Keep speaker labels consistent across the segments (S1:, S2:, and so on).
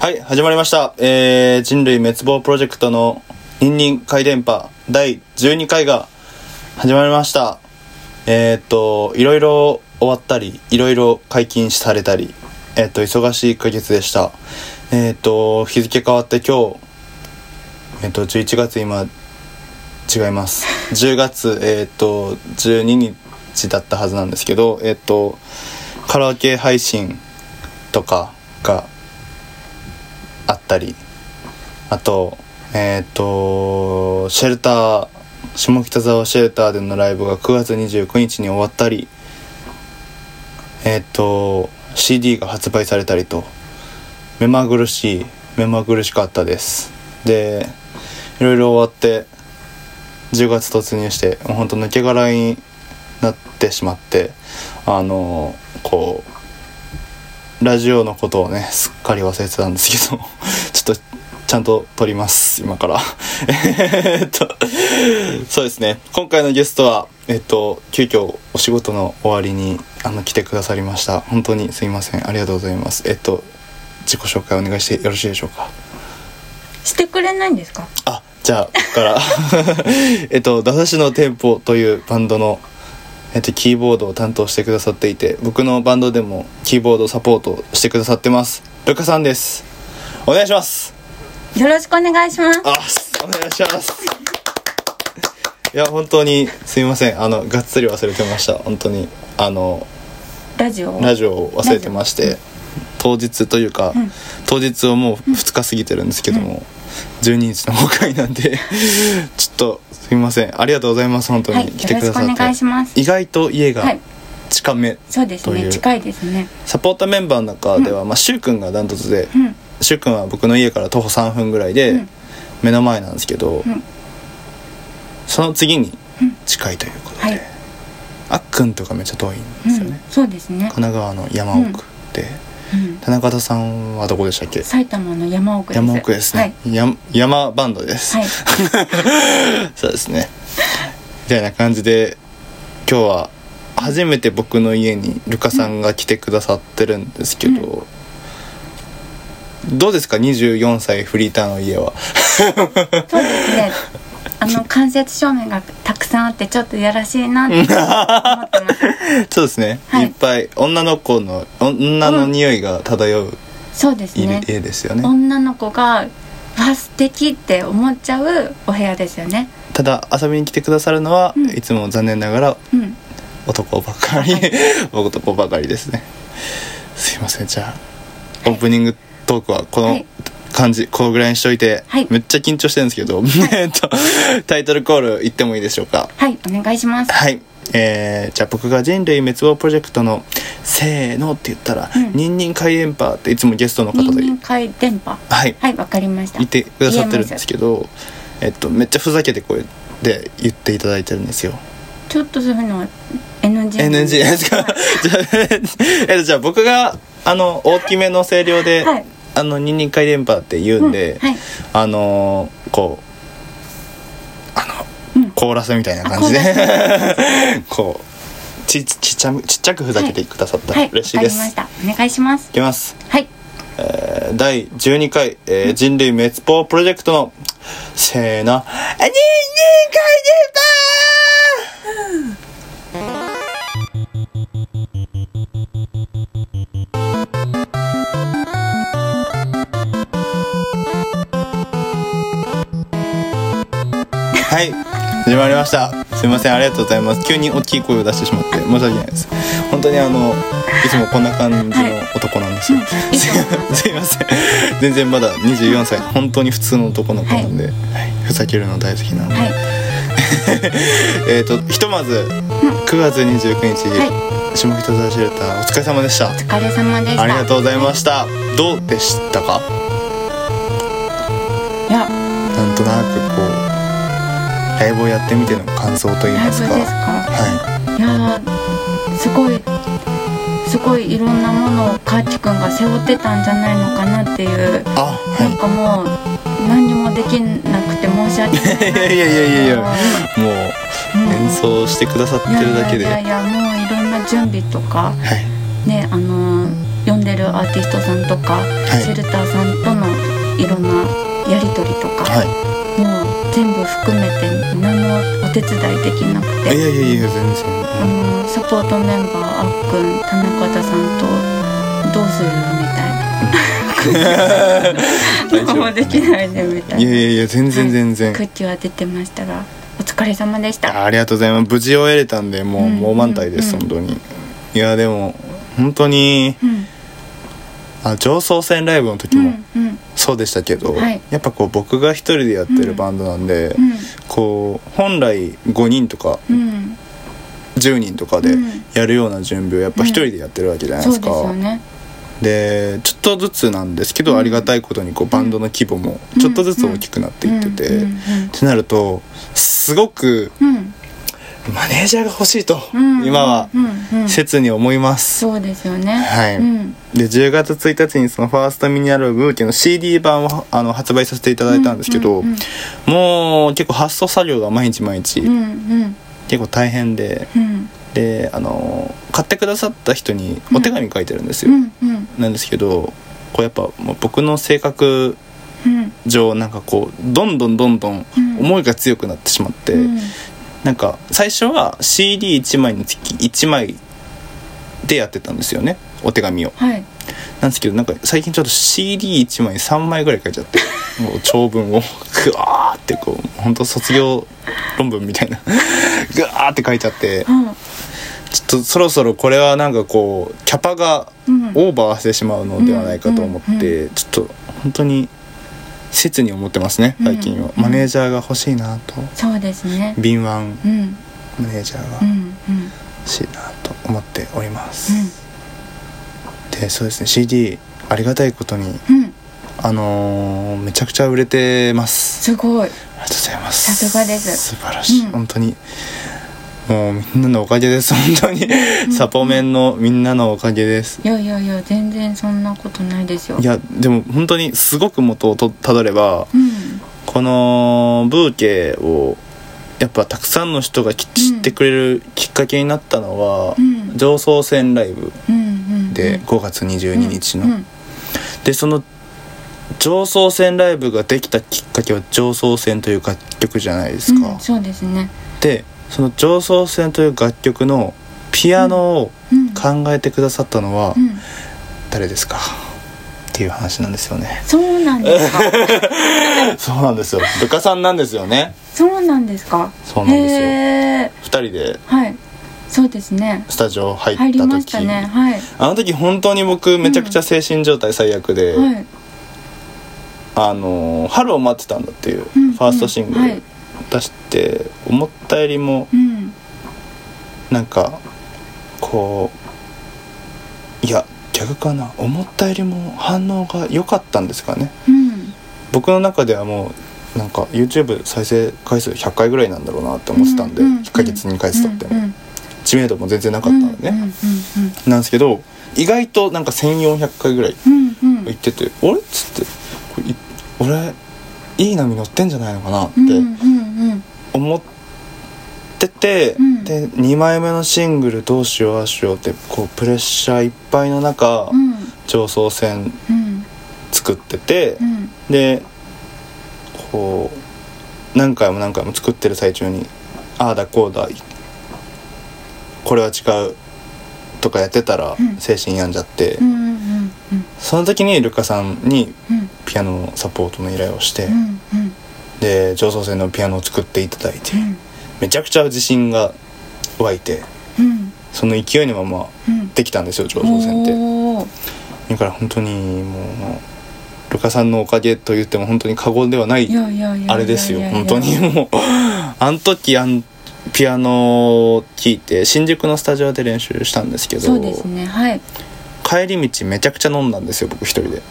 S1: はい、始まりました。えー、人類滅亡プロジェクトのニンニン回電波第12回が始まりました。えーっと、いろいろ終わったり、いろいろ解禁されたり、えーっと、忙しい1ヶ月でした。えーっと、日付変わって今日、えーっと、11月今、違います。10月、えーっと、12日だったはずなんですけど、えーっと、カラオケ配信とかがあったりあとえっ、とシェルター下北沢シェルターでのライブが9月29日に終わったりえっ、と CD が発売されたりと目まぐるしい目まぐるしかったですでいろいろ終わって10月突入してもうほんと抜け殻になってしまってあのこうラジオのことをね、すっかり忘れてたんですけど、 ちょっと、ちゃんと撮ります、今から。 えーっと、そうですね。今回のゲストは、えっと、急遽お仕事の終わりに、あの、来てくださりました。本当にすいません。ありがとうございます。えっと、自己紹介お願いしてよろしいでしょうか。
S2: してくれないんですか
S1: あ、じゃあ、ここから。 えっと、ダサシのテンポというバンドの、えっと、キーボードを担当してくださっていて、僕のバンドでもキーボードサポートしてくださってます。ルカさんです。お願いします。
S2: よろしくお願いします
S1: あ、すお願いします。いや、本当にすいません。あの、がっつり忘れてました。本当に。あの、
S2: ラジオ
S1: ラジオを忘れてまして当日というか、当日をもう2日過ぎてるんですけども、12日の公開なんで ちょっとすみませんありがとうございます本当に、
S2: はい
S1: 来てくださ
S2: よ
S1: っ
S2: ろしくお願いしてます
S1: 意外と家が
S2: はい
S1: 近め、
S2: そうです
S1: という
S2: ね近いですね
S1: サポートメンバーの中では、まあ、しゅうくんがダントツで、
S2: うん
S1: しゅうくんは僕の家から徒歩3分ぐらいで、
S2: うん
S1: 目の前なんですけど、
S2: ん
S1: その次に近いということで、
S2: はい
S1: あっくんとかめっちゃ遠いん
S2: う
S1: ですよね、
S2: んそうですね
S1: 神奈川の山奥で、
S2: うん
S1: 田中田さんはどこでしたっけ
S2: 埼玉の山奥です
S1: 山奥ですね、や山バンドです、
S2: はい
S1: そうですねみたいな感じで今日は初めて僕の家にルカさんが来てくださってるんですけど、どうですか24歳フリーターの家 は
S2: はいそうで すねあの間接照明がたくさんあってちょっとやらしいなって思っ てます
S1: そうですね、
S2: はい
S1: い、っぱい女の子の女の匂いが漂う
S2: そうです
S1: いる
S2: ね
S1: 家ですよね
S2: 女の子がわ素敵って思っちゃうお部屋ですよね
S1: ただ遊びに来てくださるのは、
S2: うん
S1: いつも残念ながら
S2: うん
S1: 男ばか り、
S2: はい
S1: 男ばかりですねすいませんじゃあオープニングトークはこ
S2: は
S1: の
S2: い
S1: 感じ、このぐらいにしといて、
S2: はい
S1: めっちゃ緊張してるんですけ ど、えっとタイトルコール言ってもいいでしょうか
S2: はいお願いします
S1: はいえー、じゃあ僕が人類滅亡プロジェクトの「せーの」って言ったら「
S2: うん
S1: ニンニン海電波」っていつもゲストの方
S2: 人
S1: で
S2: 間界電波
S1: はい
S2: はいわかりました
S1: 言ってくださってるんですけどえっとめっちゃふざけてこうで言っていただいてるんですよ
S2: ちょっとそういうのは NG
S1: NG ですかじゃあえっとじゃあ僕があの大きめの声量で「
S2: はい
S1: あのニンニン回電波」って言うんで、
S2: うんはい
S1: あのーこうあの、
S2: うん
S1: コーラスみたいな感じ
S2: あコー
S1: で こうちちちっちゃめちっちゃくふざけてくださったら
S2: はい、わかり
S1: 嬉
S2: ま
S1: しいです、い、
S2: した。お願いします。
S1: きます
S2: はい、
S1: えー第12回、えー人類滅亡プロジェクトの、せーの、ニンニン回電波はい、始まりました。すいません、ありがとうございます。急に大きい声を出してしまって、申し訳ないです。本当にあの、いつもこんな感じの男なんですよ。
S2: はい
S1: すい すいません全然まだ24歳本当に普通の男の子なんで、はいふざけるの大好きなんで、
S2: は
S1: えっ、とひとまず9月29日、
S2: は
S1: 下北沢シェルターお疲れ様でした
S2: い、お疲れ様でした。
S1: ありがとうございましたどうでしたか
S2: いや、
S1: なんとなくこうライブをやってみての感想といい
S2: ライ
S1: ま
S2: ブです
S1: す
S2: か
S1: か。はい
S2: やー、すごい。すごいいろんなものをカーチくんが背負ってたんじゃないのかなっていう。
S1: いあは
S2: なんかもう、何にもできなくて申し訳ない
S1: いい
S2: な。
S1: やいやいやいやいやもう
S2: うん
S1: 演奏してくださってるだけで
S2: いやいやいや、もういろんな準備とか、
S1: はい
S2: ね、あのー。読んでるアーティストさんとか、
S1: い
S2: シェルターさんとのいろんなやり取りとか、
S1: は
S2: もう全部含めて何のお手伝いできなく
S1: い。い
S2: て。
S1: やいやいや、全然そん
S2: あ
S1: な。
S2: のサポートメンバーあっくん田中田さんとどうするみた いなもうできないねみた
S1: い
S2: い
S1: や
S2: ない
S1: やいや、全然全然。
S2: 空気は出てましたがお疲れ様でし
S1: あ
S2: た
S1: ありがとうございます。無事終えれたんで、もう、
S2: うん
S1: もう満体です、
S2: うん
S1: 本当に。いや、でも、本当に、
S2: うん
S1: あ、上層線ライブの時
S2: う
S1: も
S2: んうん
S1: そうでしたけど、
S2: はい
S1: やっぱこう、僕が一人でやってるバンドなんで、
S2: うん
S1: こう、本来5人とか
S2: うん
S1: 10人とかで
S2: うん
S1: やるような準備をやっぱ一人でやってるわけじゃないで
S2: そう
S1: す
S2: です
S1: か。
S2: よね
S1: でちょっとずつなんですけど、
S2: うん
S1: ありがたいことにこうバンドの規模も
S2: うん
S1: ちょっとずつ大きくなっていってて、
S2: うん
S1: ってなるとすごく
S2: うんうん
S1: マネージャーが欲しいと、
S2: うんうん
S1: 今は
S2: うんうん
S1: 切に思います、
S2: そうですよね
S1: はい
S2: うん
S1: で10月1日にそのファーストミニアルバム「ブーケ」の CD 版をあの発売させていただいたんですけど、
S2: うんうん
S1: もう結構発送作業が毎日毎日、
S2: うんうん
S1: 結構大変で
S2: うん
S1: であの買ってくださった人にお手紙書いてるんです
S2: う
S1: よ、
S2: んうん
S1: なんですけどこうやっぱもう僕の性格
S2: うん
S1: 上なんかこうどんどんどんどん
S2: うん
S1: 思いが強くなってしまって、
S2: うん
S1: なんか最初は CD1 枚につき1枚でやってたんですよねお手紙を
S2: はい
S1: なんですけどなんか最近ちょっと CD1 枚に3枚ぐらい書いちゃって もう長文をグワーってこう本当卒業論文みたいなグワーって書いちゃって
S2: うん
S1: ちょっとそろそろこれはなんかこうキャパが
S2: うん
S1: オーバーしてしまうのではないかと思って、ちょっと本当に切に思ってますね最近は、
S2: うん
S1: マネージャーが欲しいなと
S2: そうですね
S1: 敏腕
S2: うん
S1: マネージャーが
S2: う
S1: 欲
S2: んうん
S1: しいなと思っております、
S2: う
S1: でそうですね CD ありがたいことに
S2: んうん
S1: あのーめちゃくちゃ売れてます
S2: すごい
S1: ありがとうございます
S2: さすがで
S1: 素
S2: す
S1: 晴らしい、
S2: うん
S1: 本当にもうみんなのおかげです 本当に、サポメンのみんなのおかげです
S2: いやいやいや全然そんなことないですよ
S1: いやでも本当にすごく元をとたどれば
S2: うん
S1: このブーケをやっぱたくさんの人がき知ってくれるきっかけになったのは、
S2: うん
S1: 上層線ライブ
S2: うんうん
S1: で5月22
S2: うん
S1: 日の、
S2: うん
S1: でその上層線ライブができたきっかけは上層線という楽曲じゃないですか、
S2: うんそうですね
S1: でその上層線という楽曲のピアノを
S2: うん
S1: 考えてくださったのは
S2: うん
S1: 誰ですかっていう話なんですよね
S2: そうなんですか
S1: そうなんですよルカさんなんですよね
S2: そうなんですか
S1: そうなんですよ
S2: へ
S1: 2人で
S2: ーはいそうですね
S1: スタジオ入った
S2: 入
S1: 時
S2: りましたねはい
S1: あの時本当に僕めちゃくちゃ精神状態最悪で、
S2: はい
S1: あのー春を待ってたんだっていうフ
S2: うん
S1: ァーストシング
S2: うんは
S1: ル
S2: い
S1: 出して、思ったよりも
S2: うん
S1: なんかこういや逆かな思ったよりも反応が良かったんですかね
S2: うん
S1: 僕の中ではもうなんか YouTube 再生回数100回ぐらいなんだろうなって思ってたんで、
S2: うん
S1: 1ヶ月に回数だっても、
S2: うんうん
S1: 知名度も全然なかったのでね、なんですけど意外となんか1400回ぐらい
S2: うんうんうんうんうん
S1: 行ってて「あれ?」っつってこれい「俺いい波乗ってんじゃないのかな」っ
S2: うん
S1: て
S2: うんうん
S1: 思ってて、
S2: うん
S1: で2枚目のシングルどうしようああしようってこうプレッシャーいっぱいの中、
S2: うん
S1: 上層線
S2: うん
S1: 作ってて、
S2: うん
S1: でこう何回も何回も作ってる最中にああだこうだこれは違うとかやってたら
S2: うん
S1: 精神病んじゃって、
S2: うんうんうん
S1: その時にルカさんに
S2: うん
S1: ピアノのサポートの依頼をして、
S2: うんうん
S1: で上層線のピアノを作っていただいて、
S2: うん
S1: めちゃくちゃ自信が湧いて
S2: うん
S1: その勢いのまま
S2: うん
S1: できたんですよ上層線って
S2: おー
S1: だから本当にもうルカさんのおかげと言っても本当に過言ではない
S2: いやいやいやいやいやいや
S1: あれですよ本当にもう あの時あんピアノを聴いて新宿のスタジオで練習したんですけど
S2: そうですねはい
S1: 帰り道めちゃくちゃ飲んだんですよ僕一人で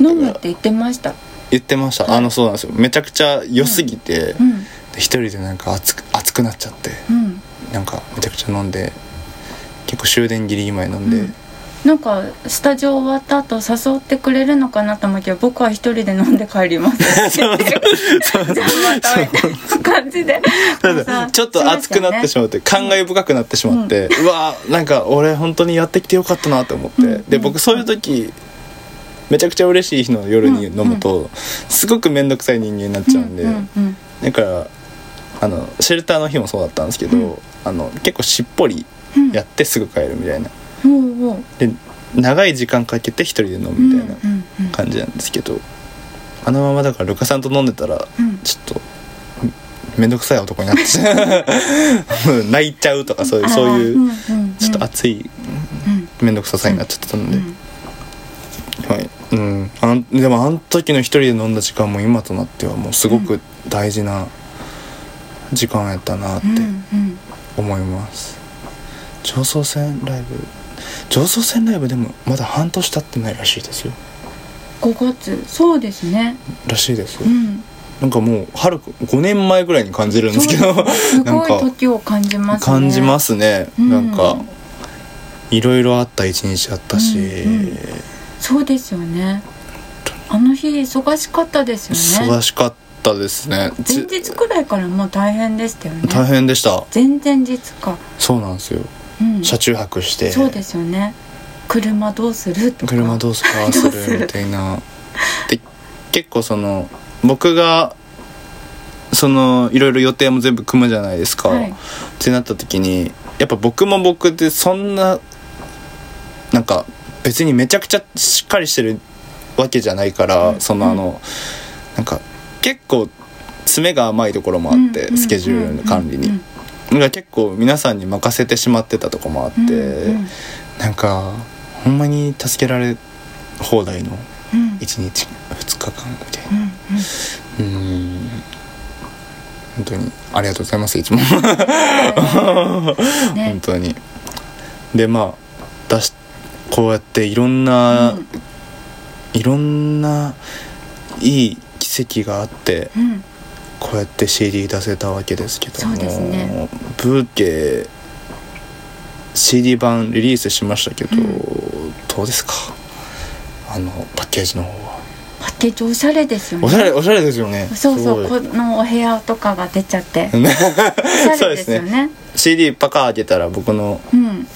S2: 飲むって言ってました
S1: 言ってましたあのそうなんですよめちゃくちゃ良すぎて、
S2: うん
S1: 一人でなんか熱く熱くなっちゃって
S2: うん
S1: なんかめちゃくちゃ飲んで結構終電ギリギリまで飲んで、
S2: うんなんかスタジオ終わった後誘ってくれるのかなと思うけど僕は一人で飲んで帰りますって言ってる じゃあまたみたいな感じで
S1: ただちょっと熱くなってしまうって感慨深くなってしまって、うわーなんか俺本当にやってきてよかったなと思って、
S2: うん
S1: で僕そういう時めちゃくちゃ嬉しい日の夜に飲むと、すごく面倒くさい人間になっちゃうんで、
S2: うんうん
S1: だからあのシェルターの日もそうだったんですけど、
S2: うん
S1: あの結構しっぽり
S2: うん
S1: やってすぐ帰るみたいな
S2: うんおうおう
S1: で長い時間かけて一人で飲むみたいな
S2: うんうんうん
S1: 感じなんですけど、あのままだからルカさんと飲んでたら
S2: うん
S1: ちょっとめんどくさい男になってしまううん 泣いちゃうとかそういうそういう、
S2: あーんんん
S1: ちょっと熱い
S2: うん
S1: めんどくささになっちゃってたの
S2: う
S1: で、
S2: ん
S1: はいうん、あんでもあの時の一人で飲んだ時間も今となってはもうすごく大事な時間やったなって
S2: うんうん
S1: 思います、上層線ライブ上層線ライブでもまだ半年経ってないらしいですよ
S2: 5月そうですね
S1: らしいですよ
S2: うん
S1: なんかもうはるく5年前ぐらいに感じるんですけど
S2: そうす
S1: なん
S2: ごい
S1: か
S2: 時を感じますね
S1: 感じますね、
S2: うん
S1: なんかいろいろあった一日あったし、
S2: うんうんそうですよねあの日忙しかったですよね
S1: 忙しかったですね
S2: 前
S1: じ
S2: 日くらいからもう大変でしたよね
S1: 大変でした
S2: 前々日か、
S1: そうなんですよ
S2: うん、
S1: 車中泊して
S2: そうですよね車どうするとか
S1: 車どうするああす
S2: どうす
S1: る
S2: る
S1: みたい なで結構その僕がそのいろいろ予定も全部組むじゃないですか、
S2: はい
S1: ってなった時にやっぱ僕も僕でそんななんか別にめちゃくちゃしっかりしてるわけじゃないから、
S2: うん
S1: そのあの、なんか結構爪が甘いところもあ
S2: うん
S1: って、
S2: うん
S1: スケジュールの管理に、
S2: うん
S1: なんか結構皆さんに任せてしまってたとこもあって、
S2: うんうん
S1: なんかほんまに助けられ放題の
S2: うん
S1: 1日2日間みたいな
S2: うんうん
S1: うん本当にありがとうございますいつも本
S2: ね
S1: 当にでまあ出しこうやっていろんな、
S2: うん
S1: いろんないい奇跡があって
S2: うん
S1: こうやって CD 出せたわけですけども
S2: そうですね
S1: ブーケ CD 版リリースしましたけど、
S2: うん
S1: どうですかあのパッケージの方は
S2: パッケージおしゃれですよね
S1: おしゃれおしゃれですよね
S2: そうそう
S1: すご
S2: こ
S1: い
S2: のお部屋とかが出ちゃって
S1: ね
S2: おしゃ
S1: そうで
S2: れですすよ
S1: ね
S2: ね
S1: CD パカ開けたら僕の
S2: うん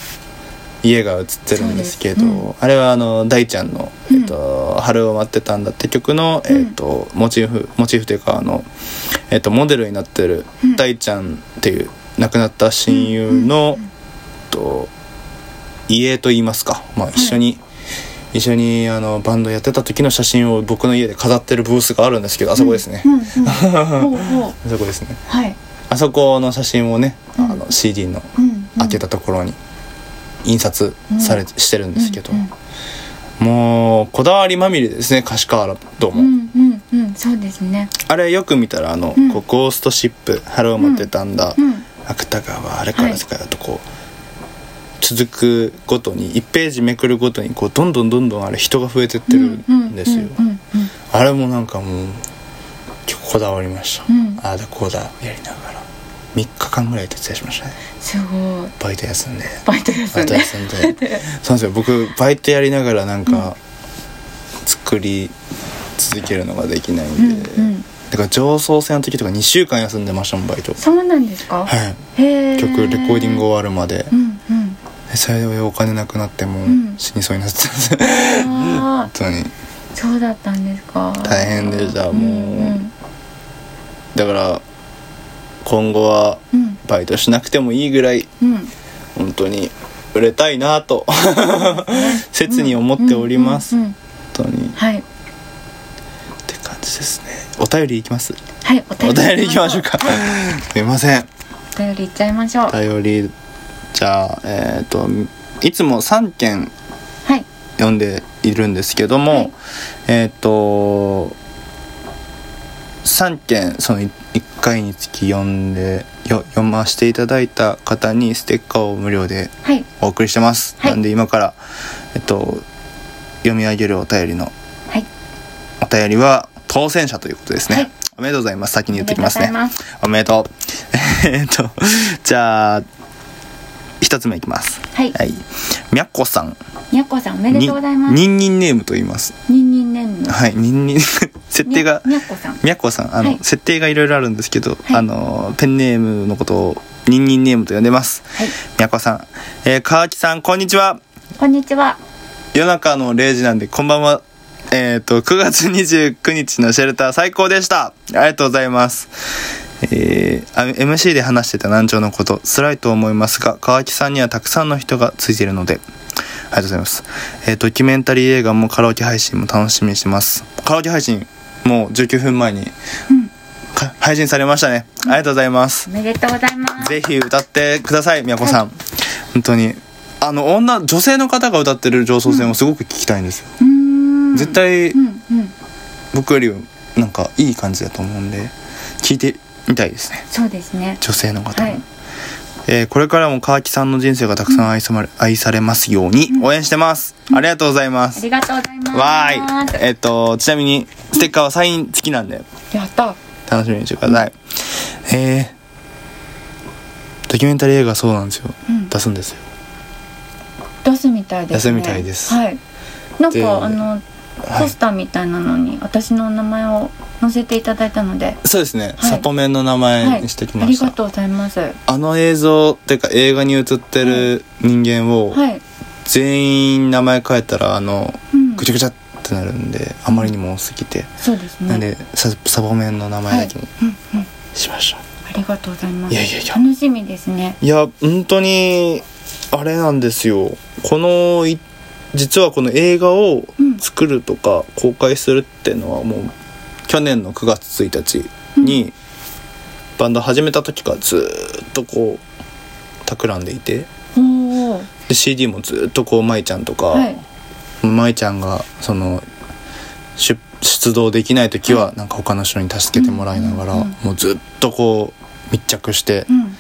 S1: 家が映ってるんですけど、
S2: そうですう
S1: あれはあの大ちゃんの「
S2: うん
S1: えっと春を待ってたんだ」って曲の、
S2: うん
S1: えっとモチーフモチーフというかあの、えっとモデルになってる
S2: うん
S1: 大ちゃんっていう亡くなった親友の、えっと家と言いますか、まあ、一緒に、一緒にあのバンドやってた時の写真を僕の家で飾ってるブースがあるんですけどあそこですね、
S2: うんうんうんほうほう
S1: あそこですね
S2: はい
S1: あそこの写真をねあの
S2: う
S1: CD の
S2: うんうん
S1: 開けたところに印刷されて、してるんですけど、
S2: うんうん
S1: もうこだわりまみれですね歌詞カーどうも、
S2: うんうんうんそうですね
S1: あれよく見たらあの、
S2: うん
S1: こうゴーストシップ「ハロー待ってたんだ」
S2: うん
S1: 芥川あれから世界だとこう、続くごとに1ページめくるごとにこうどんどんどんどんあれ人が増えてってるんですよ、
S2: うんうんうん
S1: あれもなんかもう結構こだわりました、
S2: うん
S1: ああだこうだやりながら3日間ぐらい徹夜しましたね
S2: すごい
S1: バイト休んで
S2: バイトです
S1: バ
S2: よ
S1: イト
S2: ね
S1: 休んでそうなんですよ僕バイトやりながらなんか、作り続けるのができない
S2: うん
S1: で、
S2: ん
S1: だから上層線の時とか2週間休んでましたもんバイト
S2: そうなんですか
S1: はい
S2: へえ
S1: 曲レコーディング終わるまで
S2: う、んうん
S1: でそれでお金なくなってもう
S2: ん
S1: 死にそうになってたんです、本
S2: ああ
S1: 当に
S2: そうだったんですか
S1: 大変でした
S2: ん
S1: もうだから今後は
S2: うん
S1: バイトしなくてもいいぐらい
S2: うんうん
S1: 本当に売れたいなと 切に思っております、
S2: うんうんうん
S1: 本当に
S2: はい
S1: って感じですねお便りいきます
S2: はいお
S1: お
S2: 行
S1: 便りいきましょうかすいません
S2: お便りいっちゃいましょう
S1: お便りじゃあえっ、といつも3件
S2: はい
S1: 読んでいるんですけども、
S2: はい
S1: えっ、と3件その1回につき読んでよ読ませていただいた方にステッカーを無料で
S2: はい
S1: お送りしてます、
S2: はい
S1: なんで今から、えっと、読み上げるお便りの
S2: はい
S1: お便りは当選者ということですね、
S2: はい
S1: おめでとうございます先に言ってきます
S2: あ
S1: ね
S2: りがとうございます
S1: おめでとう えっとじゃあ一つ目いきます
S2: はい
S1: はい。みゃっこさん
S2: にゃっこさんおめで
S1: に
S2: とうございます
S1: にんにんネームと言います
S2: にんにんねんの
S1: はいにんにん設定が
S2: にゃっこさん
S1: みゃっこさんあの、
S2: はい
S1: 設定がいろいろあるんですけど、
S2: はい
S1: あのペンネームのことをにんにんネームと呼んでます
S2: はい
S1: みゃっこさん、えー、川木さんこんにちは
S2: こんにちは
S1: 夜中の0時なんでこんばんはえっ、と9月29日のシェルター最高でしたありがとうございますえーあ MC で話してた難聴のこと辛いと思いますが川木さんにはたくさんの人がついているのでありがとうございます、えードキュメンタリー映画もカラオケ配信も楽しみにしてますカラオケ配信もう19分前に、か配信されましたねありがとうございます
S2: おめでとうございます
S1: ぜひ歌ってください、みやこさん。本当に。あの、女、女性の方が歌ってる上層線をすごく聞きたいんですよ。
S2: うーん
S1: 絶対
S2: う、んうん
S1: 僕より、なんか、いい感じだと思うんで、聞いてみたいですね。
S2: そうですね
S1: 女性の方も。
S2: はい
S1: えーこれからも川木さんの人生がたくさん愛さまれ、愛されますように、応援してます。ありがとうございま
S2: あ
S1: す。
S2: りがとうございます
S1: わーい。えっ、と、ちなみに、ステッカーはサイン付きなんで、
S2: やった
S1: 楽しみにしてください。えー、ドキュメンタリー映画そうなんですよ。
S2: うん
S1: 出すんですよ。
S2: 出すみたいですね
S1: 出すみたいです
S2: はいなん
S1: で
S2: かあの
S1: はい
S2: ポスターみたいなのに私のお名前を載せていただいたので
S1: そうですね、
S2: はい
S1: 里面の名
S2: は
S1: 前
S2: い
S1: にしてき
S2: あ
S1: ま
S2: り
S1: した、
S2: がとうございますは
S1: あの映像っていうか映画に映ってる人間を
S2: い
S1: 全員名前変えたらあの
S2: うん
S1: ぐちゃぐちゃってなるんであまりにも多すぎて、
S2: そうですね
S1: なんでササボメンの名前だけに
S2: うんうん
S1: しました、
S2: ありがとうございます
S1: いやいやいや
S2: 楽しみですね
S1: いや本当にあれなんですよこのい実はこの映画を
S2: うん
S1: 作るとか公開するっていうのはもう去年の9月1日にバンド始めた時からずーっとこう企んでいて
S2: おお
S1: で CD もずーっとこう舞ちゃんとか、
S2: はい
S1: 舞ちゃんがその出出動できない時はなんか他の人に助けてもらいながら、
S2: うんうんうん
S1: もうずっとこう密着して
S2: うん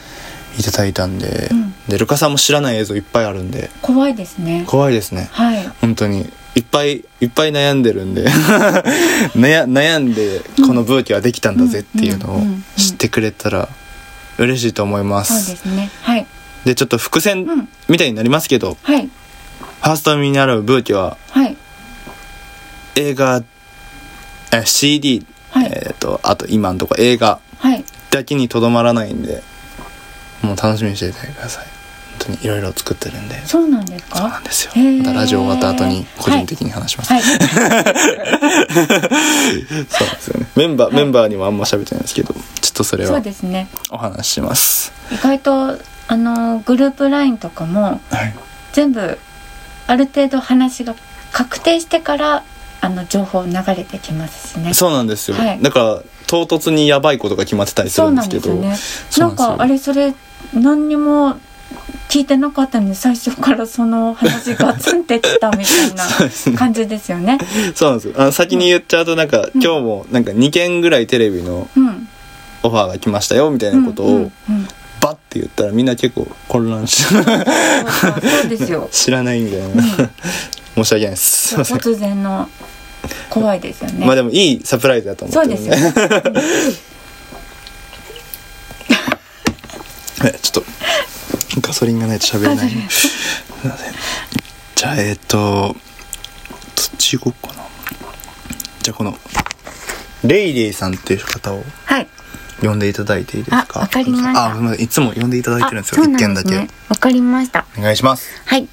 S1: いただいたんで、
S2: うん
S1: でルカさんも知らない映像いっぱいあるんで
S2: 怖いですね
S1: 怖いですね
S2: はい
S1: 本当にいっぱいいっぱい悩んでるんで 悩悩んでこのブーケはできたんだぜっていうのを
S2: うんうんうんうん
S1: 知ってくれたら嬉しいと思いま
S2: そう
S1: す。
S2: ですねはい
S1: でちょっと伏
S2: う
S1: 線
S2: ん
S1: みたいになりますけど、フ
S2: はい
S1: ァースト見習うブーケは
S2: はい
S1: 映画え CD、
S2: はい
S1: えっとあと今のとこ映画
S2: はい
S1: だけにとどまらないんでもう楽しみにしていてください本当にいろいろ作ってるんでそ
S2: そうなんです
S1: うな
S2: か
S1: んですよ
S2: へー
S1: またラジオ終わった後に個人的に話します、
S2: はい
S1: そうですよねメンバー、メンバーにもあんま喋ってないんですけどちょっとそれ
S2: そう
S1: は
S2: ですね
S1: お話しします
S2: 意外とあのグループ LINE とかも
S1: はい
S2: 全部ある程度話が確定してからあの情報流れてきますしね
S1: そうなんですよ、
S2: はい
S1: だから唐突にやばいことが決まってたりす
S2: そ
S1: る
S2: うん
S1: で
S2: な
S1: す
S2: ん
S1: け
S2: で
S1: ど
S2: すよ
S1: そう
S2: ねな
S1: なんですよ
S2: んかあれそれ何にも聞いてなかったのに最初からその話がつんってきたみたい
S1: そうですね
S2: な感じですよね
S1: そうなんですよあの先に言っちゃうとなんか、今日もなんか2件ぐらいテレビの
S2: うん
S1: オファーが来ましたよみたいなことを、
S2: うんうんうん
S1: バッて言ったらみんな結構混乱 して
S2: そうそうそうで すよ
S1: 知らないみたいな、申し訳ないですすいません、
S2: 突然の怖いですよね、
S1: まあでもいいサプライズだと思っ
S2: そう
S1: て
S2: で
S1: るん
S2: す
S1: で
S2: よ ね
S1: ちょっとガソリンがないと喋れないねすいませんじゃあえっ、とどっち行こうかなじゃあこのレイレイさんっていう方を
S2: はい
S1: 呼んでいただいていいですか
S2: あわかりました
S1: あすいませんいつも呼んでいただいてるんですよ
S2: あ
S1: 一、
S2: そう
S1: 件だ
S2: なんです
S1: け
S2: ねわかりました
S1: お願いします
S2: はい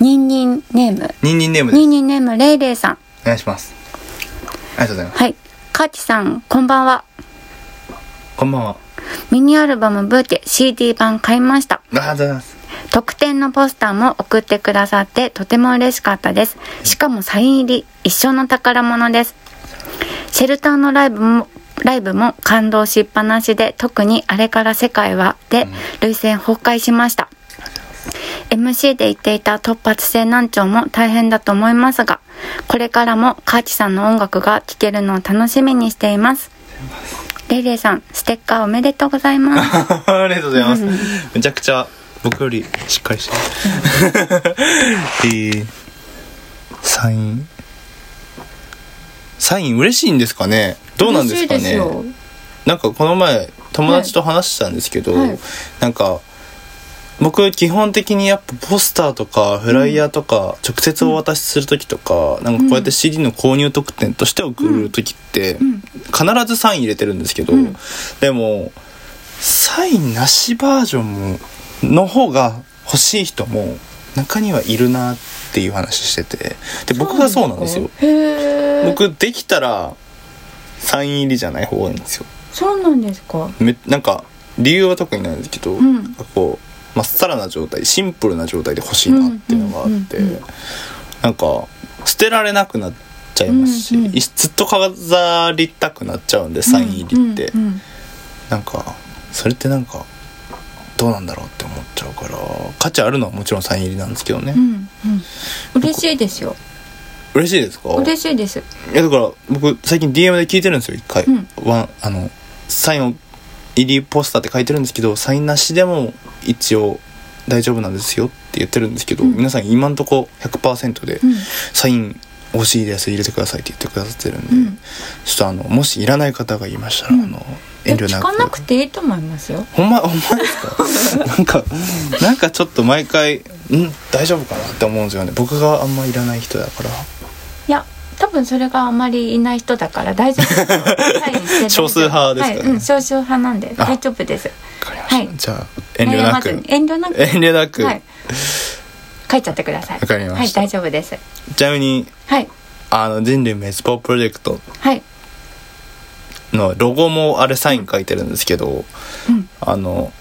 S2: ニンニンネーム
S1: ニンニンネームです
S2: ニンニンネームレイレイさん
S1: お願いしますありがとうございます
S2: はいカーチさんこんばんは
S1: こんばんは
S2: ミニアルバムブーケ CD 版買いました
S1: ありがとうございます
S2: 特典のポスターも送ってくださってとても嬉しかったですしかもサイン入り一生の宝物ですシェルターのライブもライブも感動しっぱなしで特にあれから世界はで涙腺崩壊しました、MC で言っていた突発性難聴も大変だと思いますがこれからもカーチさんの音楽が聴けるのを楽しみにしていますレイレイさんステッカーおめでとうございます
S1: ありがとうございます。めちゃくちゃ僕よりしっかり してる。えー、サイン。サイン嬉しいんですかねどうなんですか
S2: 嬉しい
S1: ね
S2: よ
S1: なんかこの前友達と話してたんですけど、
S2: はいはい
S1: なんか僕基本的にやっぱポスターとかフライヤーとか直接お渡しする時とか、なんかこうやって CD の購入特典として送る時って
S2: ん
S1: 必ずサイン入れてるんですけど、
S2: うん
S1: でもサインなしバージョンもの方が欲しい人も中にはいるなっていう話しててで僕がそうなんですよ。
S2: へえ。
S1: 僕できたらサイン入りじゃない方がいいんですよ。
S2: そうなんですか。
S1: めなんか理由は特にないんですけど、
S2: ん
S1: なんかこうまっさらな状態シンプルな状態で欲しいなっていうのがあって、
S2: うんうんうんうん
S1: なんか捨てられなくなっちゃいますし、
S2: うんうん
S1: いずっと飾りたくなっちゃうんでサイン入りって、
S2: うんうんうん
S1: なんかそれってなんかどうなんだろうって思っちゃうから価値あるのはもちろんサイン入りなんですけどね、
S2: うんうん。嬉しいですよ。
S1: 嬉しいですか
S2: 嬉しいです。
S1: いやだから僕最近 DM で聞いてるんですよ一回、
S2: うん
S1: ワンあのサインを入りポスターって書いてるんですけどサインなしでも一応大丈夫なんですよって言ってるんですけど、
S2: うん
S1: 皆さん今んとこ100%で
S2: うん
S1: サイン欲しいです入れてくださいって言ってくださってるんで、
S2: うん
S1: ちょっとあのもしいらない方がいましたら、
S2: うん
S1: あの
S2: い
S1: 遠
S2: や
S1: 慮な
S2: 聞
S1: く
S2: かなくていいと思いますよ。
S1: ほんまほんま ですかなんかなんかちょっと毎回ん大丈夫かなって思うんですよね僕があんまいらない人だから
S2: いや。多分それがあまりいない人だから大丈夫 ですはい。
S1: 少数派ですかね
S2: はいうん、少数派なんで
S1: あ
S2: 大丈夫です。
S1: わかりました、
S2: はい
S1: じゃあ遠慮なく、
S2: 悩まずに遠慮な く。
S1: 遠慮なく、
S2: はい。書いちゃってください。
S1: わかりました
S2: はい、大丈夫です。
S1: ちなみに
S2: はい。
S1: あの人類滅亡プロジェクト
S2: はい。
S1: のロゴもあれサイン書いてるんですけど
S2: うん。
S1: あの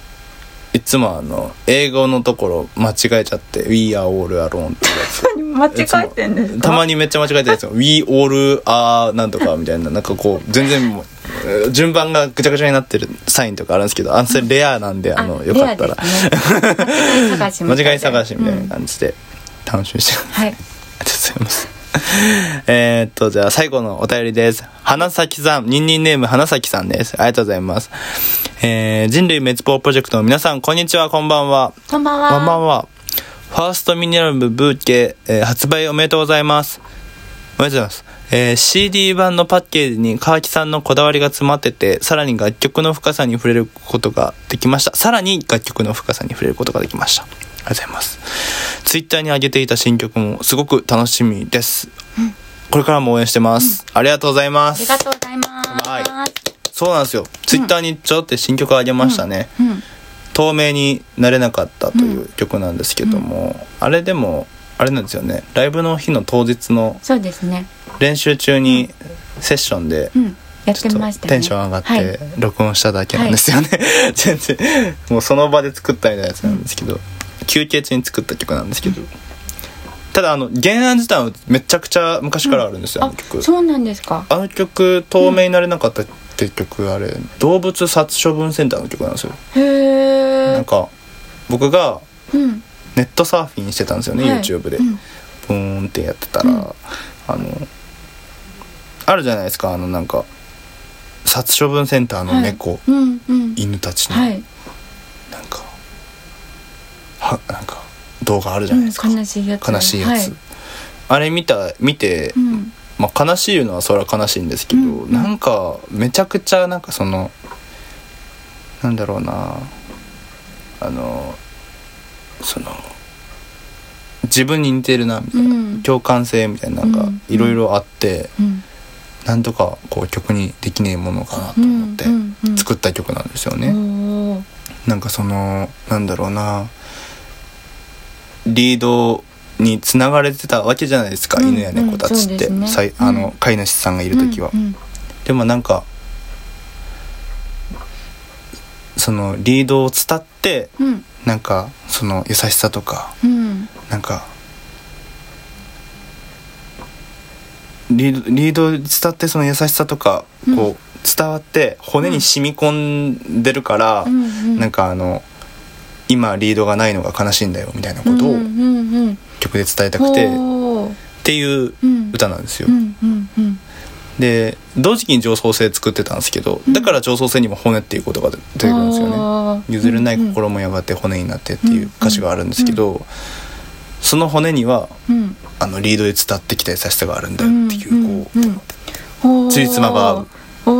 S1: いつもあの英語のところ間違えちゃって「We are all alone」って
S2: 間違えてんですか
S1: たまにめっちゃ間違えてるんですよ「We all are なんとか」みたいななんかこう全然もうえー順番がぐちゃぐちゃになってるサインとかあるんですけどあんそれレアなんであのよかったら、
S2: レアですね間違い探しみたいな
S1: 間違い探しみたい
S2: うん
S1: な感じで楽しみにしてます
S2: はい。
S1: ありがとうございます。 えーっと、じゃあ最後のお便りです。花咲さん、ニンニンネーム花咲さんです。ありがとうございます。えー、人類滅亡プロジェクトの皆さん、こんにちは、こんばんは。
S2: こんばんは。
S1: こんばんは。ファーストミネラルブーケ、えー発売おめでとうございます。おめでとうございます。えー CD 版のパッケージに川木さんのこだわりが詰まってて、さらに楽曲の深さに触れることができました。さらに楽曲の深さに触れることができました。ありがとうございます。ツイッターに上げていた新曲もすごく楽しみです。これからも応援してます。ありがとうございま
S2: あ
S1: す
S2: りが。とうございます。
S1: はいそうなんですよ。ツイッターにちょろって新曲上げましたね。
S2: うん。
S1: 透明になれなかったという曲なんですけども、あれでもあれなんですよねライブの日の当日の
S2: そうですね。
S1: 練習中にセッションで
S2: うん。やっ
S1: ち
S2: て
S1: ょっ
S2: まし
S1: と
S2: た
S1: テ
S2: ね。
S1: ンション上がっ
S2: はい
S1: て録音しただけなんですよね、 全然もうその場で作ったみたいなやつなんですけど、休憩中に作った曲なんですけど、ただあの原案自体はめちゃくちゃ昔からあるんですよ、あ
S2: あ
S1: の曲、
S2: そうなんですか。
S1: あの曲「透明になれなかった」って曲あれ動物殺処分センターの曲なんですよ、
S2: へ
S1: な
S2: え
S1: ん。か僕が
S2: うん。
S1: ネットサーフィンしてたんですよね、
S2: はい
S1: YouTube で、
S2: う
S1: ブ
S2: ん
S1: ーンってやってたら、
S2: うん
S1: あのあるじゃないですかあのなんか殺処分センターの猫、
S2: はいうん。うん。
S1: 犬たちの、
S2: はい。
S1: なんかはなんか動画あるじ
S2: う
S1: ゃない
S2: ん
S1: ですか、
S2: 悲しいやつ。
S1: 悲しいやつ、
S2: は
S1: あれ見た見て、
S2: うん。
S1: まあ、悲しいのはそれは悲しいんですけど、
S2: うん
S1: なんかめちゃくちゃなんかそのなんだろうなあのその自分に似てるなみたいな、
S2: うん
S1: 共感性みたいななん
S2: う
S1: か
S2: ん
S1: いろいろあって、
S2: うん。
S1: なんとかこう曲にできねえものかなと思って
S2: うんうんうん
S1: 作った曲なんですよね。
S2: おー
S1: なんかそのなんだろうなリードにつながれてたわけじゃないですか、
S2: うん
S1: 犬や猫たちって、
S2: うんそうですね
S1: さいあの
S2: うん
S1: 飼い主さんがいる時は。
S2: うんうん
S1: でもなんかそのリードを伝って
S2: うん
S1: なんかその優しさとか
S2: うん
S1: なんかリードリードを伝ってその優しさとか
S2: うん
S1: こう伝わって骨に染み込んでるから、
S2: うんうん
S1: なんかあの今リードがないのが悲しいんだよみたいなこと
S2: う
S1: を
S2: んうんうん
S1: 曲で伝えたくて、っ
S2: おー
S1: ていう
S2: うん
S1: 歌なんですよ。
S2: うんうんうん
S1: で同時期に上層性作ってたんですけど
S2: うん
S1: だから上層性にも骨っていうことが出てくるんですよね。
S2: あー
S1: 譲れない心もやがて骨になってっていう歌詞があるんですけど、その骨には
S2: うん
S1: あのリードで伝ってきた優しさがあるんだ
S2: う
S1: よ
S2: ん
S1: っていうこう、
S2: うんうん
S1: つじつまが合う
S2: おー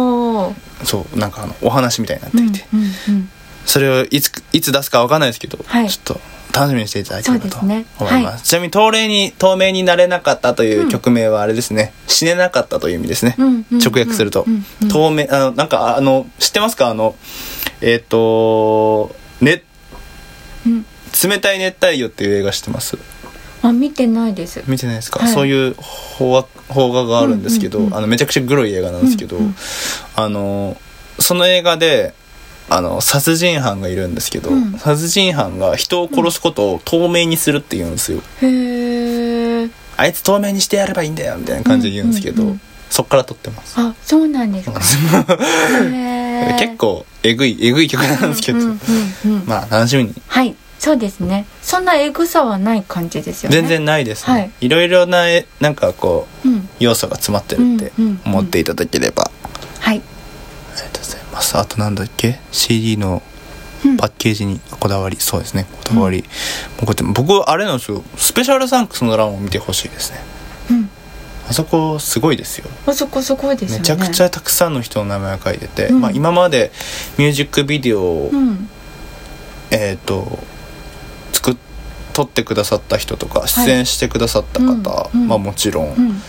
S2: おー
S1: そうなんかあのお話みたいになっていて、
S2: うんうんうん
S1: それをいつ、いつ出すかわかんないですけど、
S2: はい
S1: ちょっと楽しみにしていただければと
S2: そうです
S1: 思い
S2: ね
S1: ます。ちなみに、透明に、透明になれなかったという曲名はあれですね、死ねなかったという意味ですね。
S2: うんうんうん
S1: 直訳すると。
S2: うんうん
S1: 透明、あの、なんか、あの、知ってますかあの、えっ、と、ね、
S2: うん
S1: 冷たい熱帯魚っていう映画知ってます
S2: あ見てないです
S1: 見てないですか、
S2: はい
S1: そういう邦画邦画があるんですけど、
S2: うんうんうん
S1: あのめちゃくちゃグロい映画なんですけど、
S2: うんうん
S1: あのその映画であの殺人犯がいるんですけど、
S2: うん
S1: 殺人犯が人を殺すことを透明にするって言うんですよ、
S2: へえ
S1: あいつ透明にしてやればいいんだよみたいな感じで言うんですけど、
S2: うんうんうん
S1: そっから撮ってます、
S2: あそうなんです かへー
S1: 結構えぐいえぐい曲なんですけど、
S2: うんうんうんうん
S1: まあ楽しみに
S2: はいそうですねそんなエグさはない感じですよね
S1: 全然ないですね、
S2: はい
S1: い、ろいろなえなんかこう
S2: うん
S1: 要素が詰まってるって
S2: うんうんうん
S1: 思っていただければ、
S2: はい、
S1: ありがとうございます。あとなんだっけ ?CD の
S2: うん
S1: パッケージにこだわり、そうですね、こだわり。僕って僕、あれなんですよ、スペシャルサンクスの欄を見てほしいですね。
S2: うん、
S1: あそこすごいですよ。
S2: あそこすごいですよね
S1: めちゃくちゃたくさんの人の名前が書いてて、
S2: うん
S1: まあ今までミュージックビデオを、
S2: うん
S1: えっ、と、作っ撮ってくださった人とか出演してくださった方、
S2: うんうん
S1: まあもちろん、
S2: うん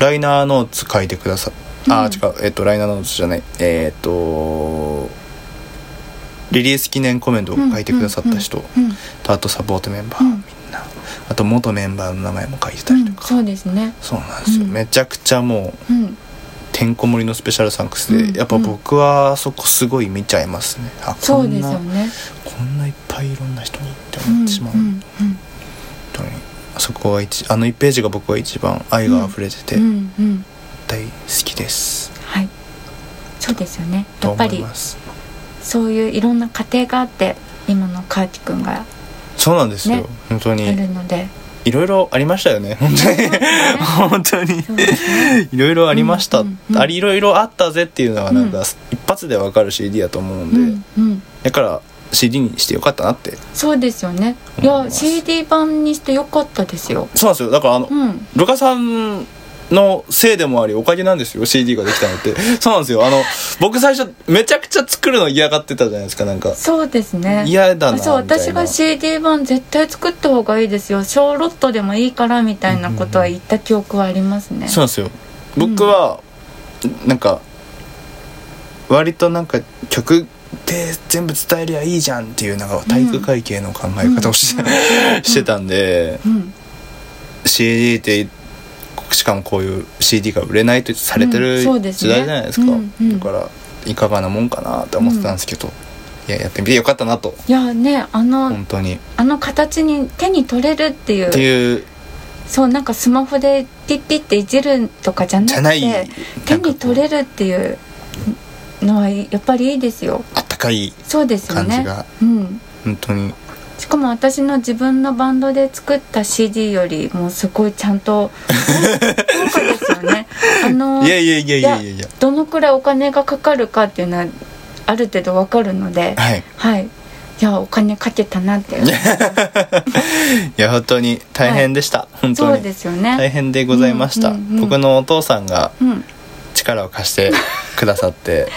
S1: ライナーノーツ書いてくださあ
S2: うん
S1: ー、違うえっ、とライナーノーツじゃないえっ、とリリース記念コメントを書いてくださった人、
S2: うんうん
S1: とあとサポートメンバー、
S2: うん
S1: みんなあと元メンバーの名前も書いてたりとか、
S2: そうですね
S1: そうなんですよ、
S2: うん
S1: めちゃくちゃもう
S2: うん
S1: てんこ盛りのスペシャルサンクスで、
S2: うん
S1: やっぱ僕はあそこすごい見ちゃいますねあ
S2: そ
S1: こ
S2: うんです
S1: な
S2: よね
S1: こんないっぱいいろんな人にって
S2: う
S1: 思っ
S2: ん
S1: てしまう、
S2: うん
S1: 本当にあそこは一あの1ページが僕は一番愛が溢れてて、
S2: うんうんうん
S1: 大好きです、
S2: はいそうですよね
S1: と
S2: や
S1: 思
S2: っぱ
S1: い
S2: り
S1: ます
S2: そういういろんな過程があって今のカーチくんが
S1: そうなんですよ、
S2: ね
S1: 本当
S2: あ
S1: に
S2: るの で
S1: いろいろありましたよね本当に本当に
S2: そうですね
S1: いろいろありました、
S2: うんうんうん
S1: ありいろいろあったぜっていうのはなんか、
S2: うん
S1: 一発でわかる CD だと思うん
S2: う
S1: で、
S2: んうん
S1: だから CD にしてよかったなって
S2: そうですよねい
S1: 思い
S2: や
S1: ます
S2: CD 版にしてよかったですよ
S1: そうなんですよだからあの、
S2: うん
S1: ルカさんのせいでもありおかげなんですよ CD ができたのってそうなんですよあの僕最初めちゃくちゃ作るの嫌がってたじゃないですかなんか
S2: そうですね
S1: 嫌だなみたいな
S2: そう私が CD 版絶対作った方がいいですよ小ロットでもいいからみたいなことは言った記憶はありますね、
S1: そうなんですよ僕は、なんか割となんか曲で全部伝えりゃいいじゃんっていうなんか体育会系の考え方をして,、 してたんで、
S2: うん、
S1: CD ってしかもこういう CD が売れないとされて
S2: う
S1: る
S2: んそうです
S1: 時
S2: ね
S1: 代じゃないですか、
S2: うんうん
S1: だからいかがなもんかなって思ってたんですけど、いややってみてよかったなと
S2: いやねあの、
S1: 本当に、っ
S2: あの形に手に取れるっていう
S1: ていう
S2: そうなんかスマホでピッピッていじるとかじゃな
S1: じ
S2: く
S1: ゃ
S2: て
S1: ない
S2: 手に取
S1: る
S2: れるっていうのはやっぱりいいですよ
S1: あったかい
S2: そうですよ
S1: 感
S2: ね
S1: じが
S2: うん
S1: 本当に
S2: しかも私の自分のバンドで作った CD よりもすごいちゃんと豪華ですよ ねあの
S1: いやいやいやいやいやいや
S2: どのくらいお金がかかるかっていうのはある程度わかるので
S1: はい
S2: はいいやお金かけたなっていう
S1: いや本当に大変でした、本当
S2: そう
S1: に
S2: ですよ
S1: 大
S2: ね
S1: 変でございました、
S2: うんうんうん
S1: 僕のお父さんが
S2: うん
S1: 力を貸してくださって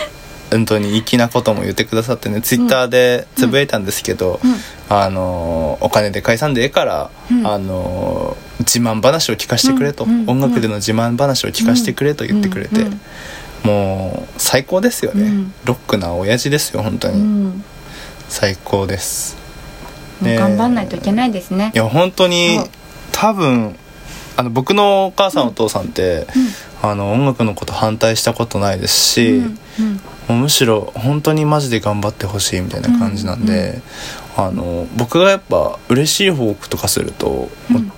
S1: 本当に粋なことも言ってくださってねツイッターでつぶやいたんですけど、
S2: うん
S1: あのーお金で解散でええから、
S2: うん
S1: あのー自慢話を聞かせてくれと、
S2: うんうんうん
S1: 音楽での自慢話を聞かせてくれと言ってくれて、
S2: うん
S1: もう最高ですよね、
S2: うん
S1: ロックな親父ですよ本当
S2: う
S1: に、
S2: んも
S1: 最高です
S2: う
S1: ねえ
S2: 頑張んないといけないですね
S1: いや本当に
S2: そう
S1: 多分あの僕のお母さんお父さんって、あの音楽のこと反対したことないですし、
S2: うんうん
S1: もうむしろ本当にマジで頑張ってほしいみたいな感じなんで、あの僕がやっぱ嬉しい報告とかすると、もうもう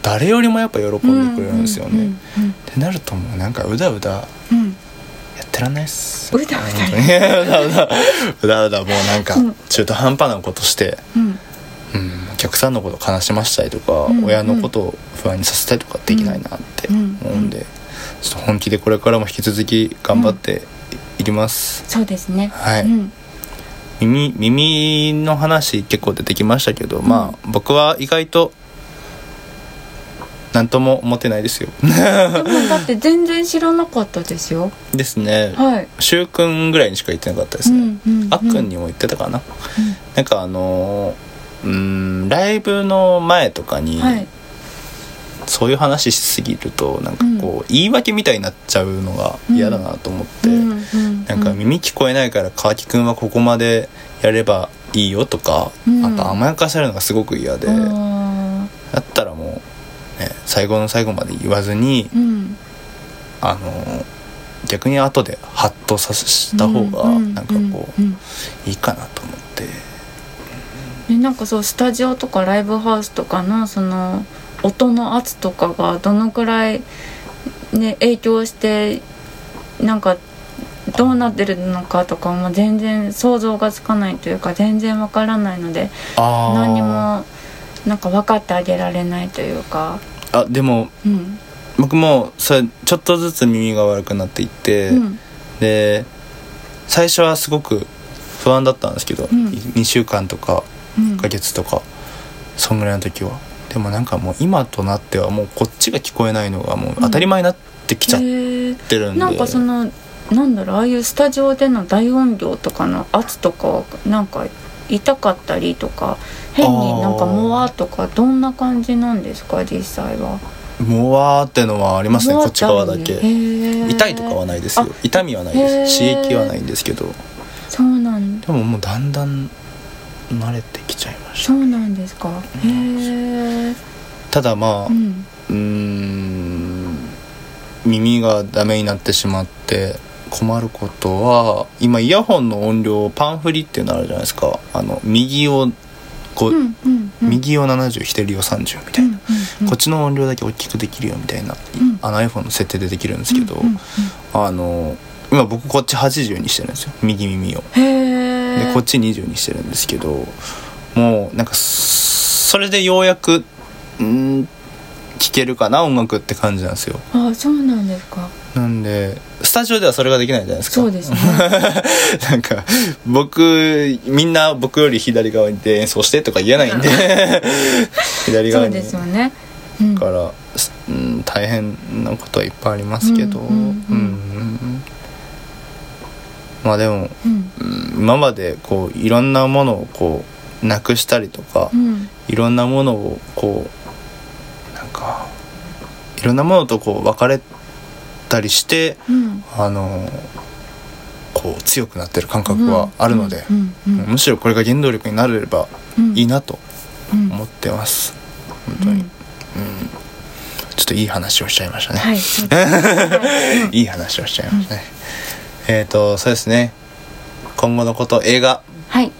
S1: 誰よりもやっぱ喜んでくれるんですよね。っ
S2: うんうん
S1: てなるともうなんかうだうだや
S2: うんうん
S1: ってらんないっす。
S2: うだうだ
S1: 本当に うだうだうだうだもうなんか
S2: うん
S1: 中途半端なことして、
S2: うん
S1: うん、お客さんのこと悲しませたりとか、
S2: うん
S1: 親のことを不安にさせたりとかできないなって思うんで、ちょっと本気でこれからも引き続き頑張っていきます。
S2: そうですね
S1: はい
S2: うん
S1: 耳耳の話結構出てきましたけど、まあ僕は意外となんとも思ってないですよ
S2: でもだって全然知らなかったですよ
S1: ですね
S2: はい
S1: 習君ぐらいにしか言ってなかったですね、あっくんにも言ってたかな、なんかあのーうーんライブの前とかに、
S2: はい
S1: そういう話しすぎるとなんかこう、言い訳みたいになっちゃうのが嫌だなと思って、なんか耳聞こえないから川木くんはここまでやればいいよとか、
S2: うん
S1: あと甘やかされるのがすごく嫌で、
S2: で
S1: だったらもう、ね、最後の最後まで言わずに、
S2: うん
S1: あのー逆に後でハッとさせした方がなんかこう、
S2: うんうん
S1: いいかなと思って
S2: ねなんかそうスタジオとかライブハウスとかのその音の圧とかがどのくらい、ね、影響してなんかどうなってるのかとかも全然想像がつかないというか全然わからないので
S1: あー
S2: 何にもなんか分かってあげられないというか。
S1: あでも
S2: うん
S1: 僕もそれちょっとずつ耳が悪くなっていって、
S2: うん
S1: で最初はすごく不安だったんですけど、
S2: うん
S1: 2週間とか
S2: うん
S1: 1ヶ月とかそんぐらいの時はでもなんかもう今となってはもうこっちが聞こえないのがもう当たり前になってきちゃっ
S2: へー
S1: てるんで、
S2: なんかそのなんだろうああいうスタジオでの大音量とかの圧とかなんか痛かったりとか変になんかもわーとかどんな感じなんですか実際は。
S1: もわーってのはありますね
S2: も
S1: こ
S2: わー
S1: っ
S2: っ
S1: ち
S2: てある
S1: 側だ
S2: のね
S1: け、
S2: へー
S1: 痛いとかはないですよ
S2: あ
S1: 痛みはないです
S2: へー
S1: 刺激はないんですけど
S2: そうなん
S1: でももうだんだん慣れてきちゃいまし
S2: そ
S1: た
S2: うなんですか。へえ。
S1: ただまあ、
S2: うん
S1: うーん耳がダメになってしまって困ることは今イヤホンの音量パンフリっていうのあるじゃないですかあの右をこう、
S2: うんうんうん。
S1: 右を70左を30みた
S2: う
S1: い
S2: ん
S1: な、
S2: うんうん
S1: こっちの音量だけ大きくできるよみたいな、
S2: ん
S1: あの iPhone の設定でできるんですけど、
S2: うんうんうん
S1: あの今僕こっち80にしてるんですよ右耳を
S2: へ
S1: で
S2: え。
S1: こっち20にしてるんですけどもうなんかそれでようやくうん聴けるかな音楽って感じなんですよ
S2: あそうなんですか。
S1: なんでスタジオではそれができないじゃないですか
S2: そうですね。
S1: なんか僕みんな僕より左側で演奏してとか言えないんで 左
S2: そ
S1: 側
S2: う
S1: に
S2: ですよね。うん
S1: だから、すうん、大変なことはいっぱいありますけど
S2: う
S1: うんん
S2: うんうん
S1: まあでも、
S2: うん
S1: うん今までこういろんなものをこうなくしたりとか、
S2: うん
S1: いろんなものをこうなんかいろんなものとこう別れたりして
S2: うん。
S1: あのこう強くなってる感覚はあるので、
S2: うんうんうん
S1: むしろこれが原動力になれれば
S2: うん
S1: いいなと
S2: うん
S1: 思ってます、本当に、
S2: う
S1: うんん、ちょっといい話をしちゃいましたね、
S2: はい。そうですね
S1: いい話をしちゃいましたね、えっ、とそうですね今後のこと映画
S2: はい。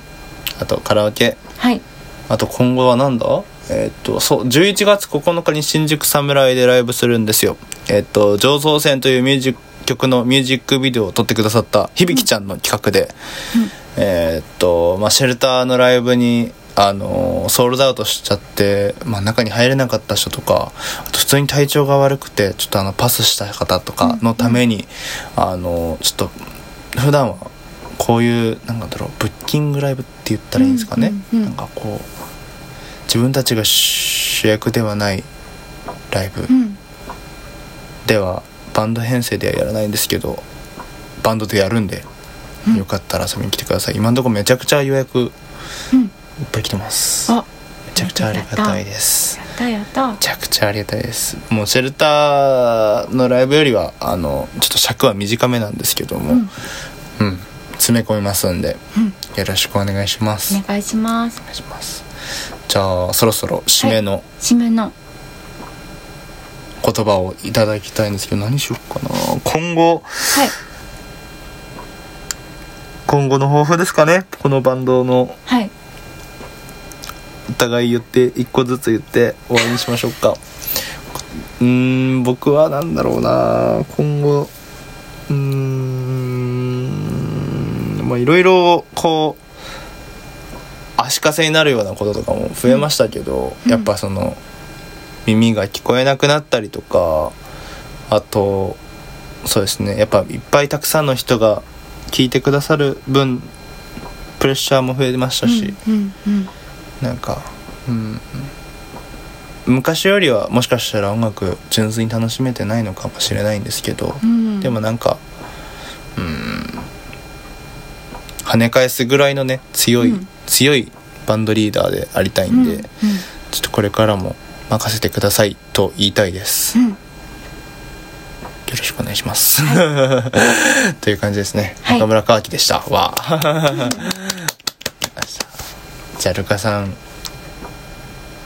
S1: あとカラオケ
S2: はい。
S1: あと今後はなんだえーっと、そう、11月9日に新宿侍でライブするんですよ。えーっと、上層線というミュージック曲のミュージックビデオを撮ってくださった響ちゃんの企画で、えーっと、まあ、シェルターのライブに、あのーソールドアウトしちゃって、まあ、中に入れなかった人とか、あと普通に体調が悪くて、ちょっとあの、パスした方とかのために、あのーちょっと、普段は、こういう、なんかだろう、ブッキングライブって言ったらいいんですかね。
S2: うんうんうん
S1: なんかこう、自分たちが主役ではないライブ
S2: うん。
S1: ではバンド編成ではやらないんですけどバンドでやるんで
S2: うん
S1: よかったら遊びに来てください今のところめちゃくちゃ予約いっ
S2: うん。
S1: ぱい来てますめ
S2: あ、
S1: ちゃくちゃありがたいです
S2: やったやった
S1: め。ちゃくちゃありがたいですもうシェルターのライブよりはあのちょっと尺は短めなんですけども、
S2: う
S1: うんん。詰め込みますんで
S2: うん。
S1: よろしくお願いします、
S2: お願いします
S1: お。願いしますじゃあそろそろ締めの、
S2: 締めの。
S1: 言葉をいただきたいんですけど何しよっかな今後
S2: はい。
S1: 今後の抱負ですかねこのバンドの
S2: はい。
S1: お互い言って一個ずつ言って終わりにしましょうかうーん僕は何だろうな今後うーんまあいろいろこう足かせになるようなこととかも増えましたけど、
S2: うん
S1: やっぱその耳が聞こえなくなったりとかあとそうですねやっぱいっぱいたくさんの人が聞いてくださる分プレッシャーも増えましたし、
S2: うん。うん。うん。
S1: なんかうん昔よりはもしかしたら音楽純粋に楽しめてないのかもしれないんですけど、
S2: ん
S1: でもなんかうん跳ね返すぐらいのね強い、強いバンドリーダーでありたいんで、ちょっとこれからも任せてくださいと言いたいです、
S2: うん
S1: よろしくお願いします、 という感じですね、
S2: はい
S1: 中村かあきでしたわあ じゃあルカさん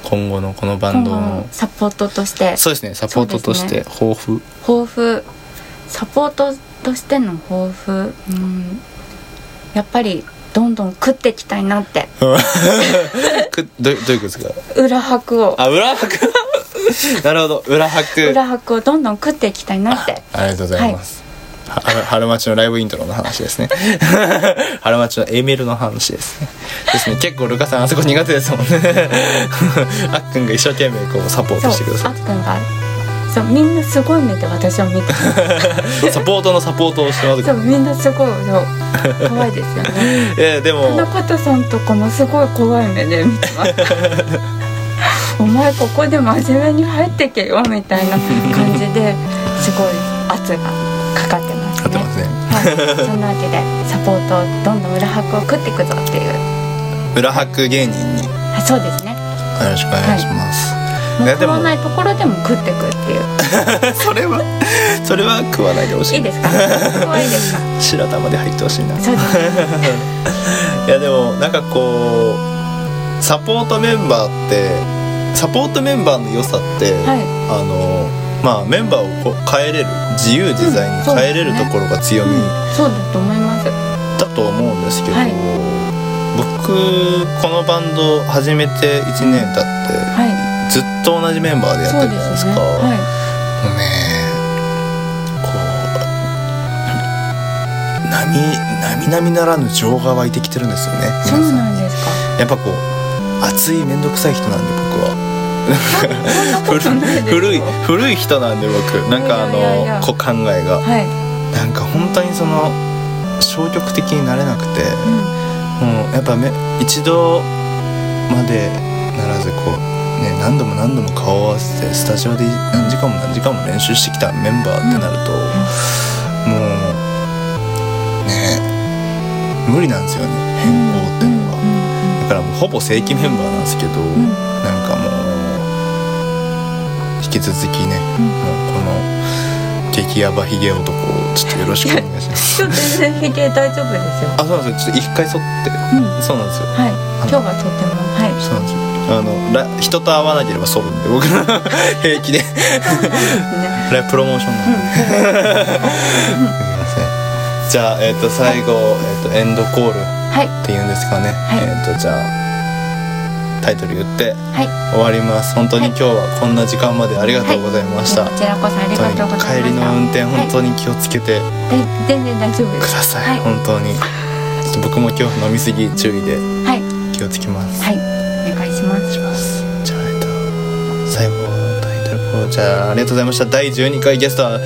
S1: 今後のこのバン
S2: 今
S1: ド
S2: 後の
S1: の
S2: サポートとして
S1: そうですねサポートとし
S2: そう
S1: て抱負、
S2: 抱負サポートとしての抱負うんやっぱりどんどん食っていきたいなって
S1: くどうどういうことですか
S2: 裏拍を
S1: あ裏 拍なるほど裏拍
S2: 裏拍をどんどん食っていきたいなって
S1: ありがとうございます、は春町のライブイントロの話 ですね春町の A メールの話ですねですね結構ルカさんあそこ苦手ですもんねあっくんが一生懸命こうサポー
S2: そ
S1: ト
S2: う
S1: してくだ
S2: あ
S1: さ
S2: っくんがそうみんなすごい目で私を見て
S1: いサポートのサポートをしてます
S2: そうみんなすごいそう怖いですよね
S1: えーでも
S2: 花形さんとかもすごい怖い目で見てます お前ここで真面目に入ってけよみたいな感じですごい圧がかかってます
S1: 合
S2: ね
S1: ってますね
S2: はい、そんなわけでサポートをどんどん裏拍を食っていくぞっていう
S1: 裏拍芸人によ
S2: あそうですね
S1: ろしくお願いします、いやで
S2: 残
S1: も
S2: らないところでも食っていくっていう
S1: それはそれは食わないでほしい
S2: いいですかかわいいですか
S1: 白玉で入ってほしいな
S2: そうですね
S1: いやでもなんかこうサポートメンバーってサポートメンバーの良さって、
S2: は
S1: あのまあメンバーをこう変えれる自由自在に変えれる
S2: うん
S1: と
S2: そうですね
S1: ころが強
S2: い、う
S1: み
S2: ん、そうだと思います
S1: だと思うんですけど、
S2: はい
S1: 僕このバンド始めて1年経っ
S2: は
S1: て
S2: い
S1: ずっと同じメンバーでやっ
S2: そ
S1: てる
S2: うで
S1: じゃないですす
S2: ね
S1: か。
S2: はい
S1: もうねこう波並々ならぬ情が湧いてきてるんですよね皆さ
S2: そうなんですか。
S1: やっぱこう熱い面倒くさい人なんで僕は
S2: そんなことないですよ
S1: 古い古い人なんで僕なんかあの
S2: いやいやいや
S1: こう考えが
S2: はい。
S1: なんか本当にその消極的になれなくて
S2: うん。
S1: もうやっぱめ一度までならずこうね何度も何度も顔を合わせてスタジオで何時間も何時間も練習してきたメンバーってなると、もうね無理なんですよね変更ってのが。だからもうほぼ正規メンバーなんですけど、
S2: ん
S1: なんかもう引き続きね、
S2: うん
S1: もうこの激ヤバヒゲ男をちょっとよろしくお願いします
S2: 今日全然引いて大丈夫ですよ。
S1: あそうなんですよちょっと一回剃って、
S2: うん
S1: そうなんですよ
S2: はい。今日はとてもは
S1: そうなんですよあのら人と会わなければ剃るんで僕 ら平気で
S2: い。ね。
S1: ラプロモーションなんで、 すいませんじゃあ、えっと最後、えっとエンドコールっ
S2: はい
S1: ていうんですかね、
S2: い
S1: えっとじゃあタイトル言って
S2: はい。
S1: 終わります本当に今日はこんな時間までありがとうございました、
S2: こちらこそありがとうご
S1: 本当
S2: ざい
S1: に帰り
S2: ました。
S1: の運転本
S2: に。
S1: 当に気をつけて
S2: はい、全然大丈夫で
S1: くだ
S2: す。
S1: さい、
S2: はい
S1: 本当にちょっと僕も今日飲みすぎ注意で
S2: はい
S1: 気をつけます、
S2: はい。お願いします。
S1: じゃあえっと最後のタイトルコールじゃあありがとうございました第12回ゲストは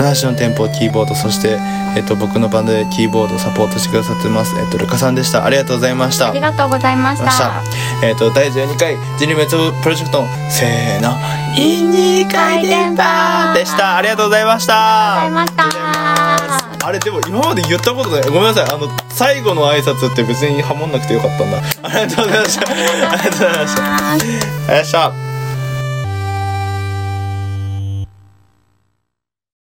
S1: 七種の店舗キーボードそして、えっと、僕のバンドでキーボードをサポートしてくださってます、えっと、ルカさんでしたありがとうございました
S2: ありがとうございまし
S1: ました
S2: た。
S1: えっ、と第12回ジニメツプロジェクトのせーの「イニ回電波」でしたありがとうございまし
S2: あり
S1: た
S2: がとうございました。
S1: あれでも今まで言ったことないごめんなさいあの最後の挨拶って別にハモんなくてよかったんだありがとうございましたありがとうございましたありがとうございました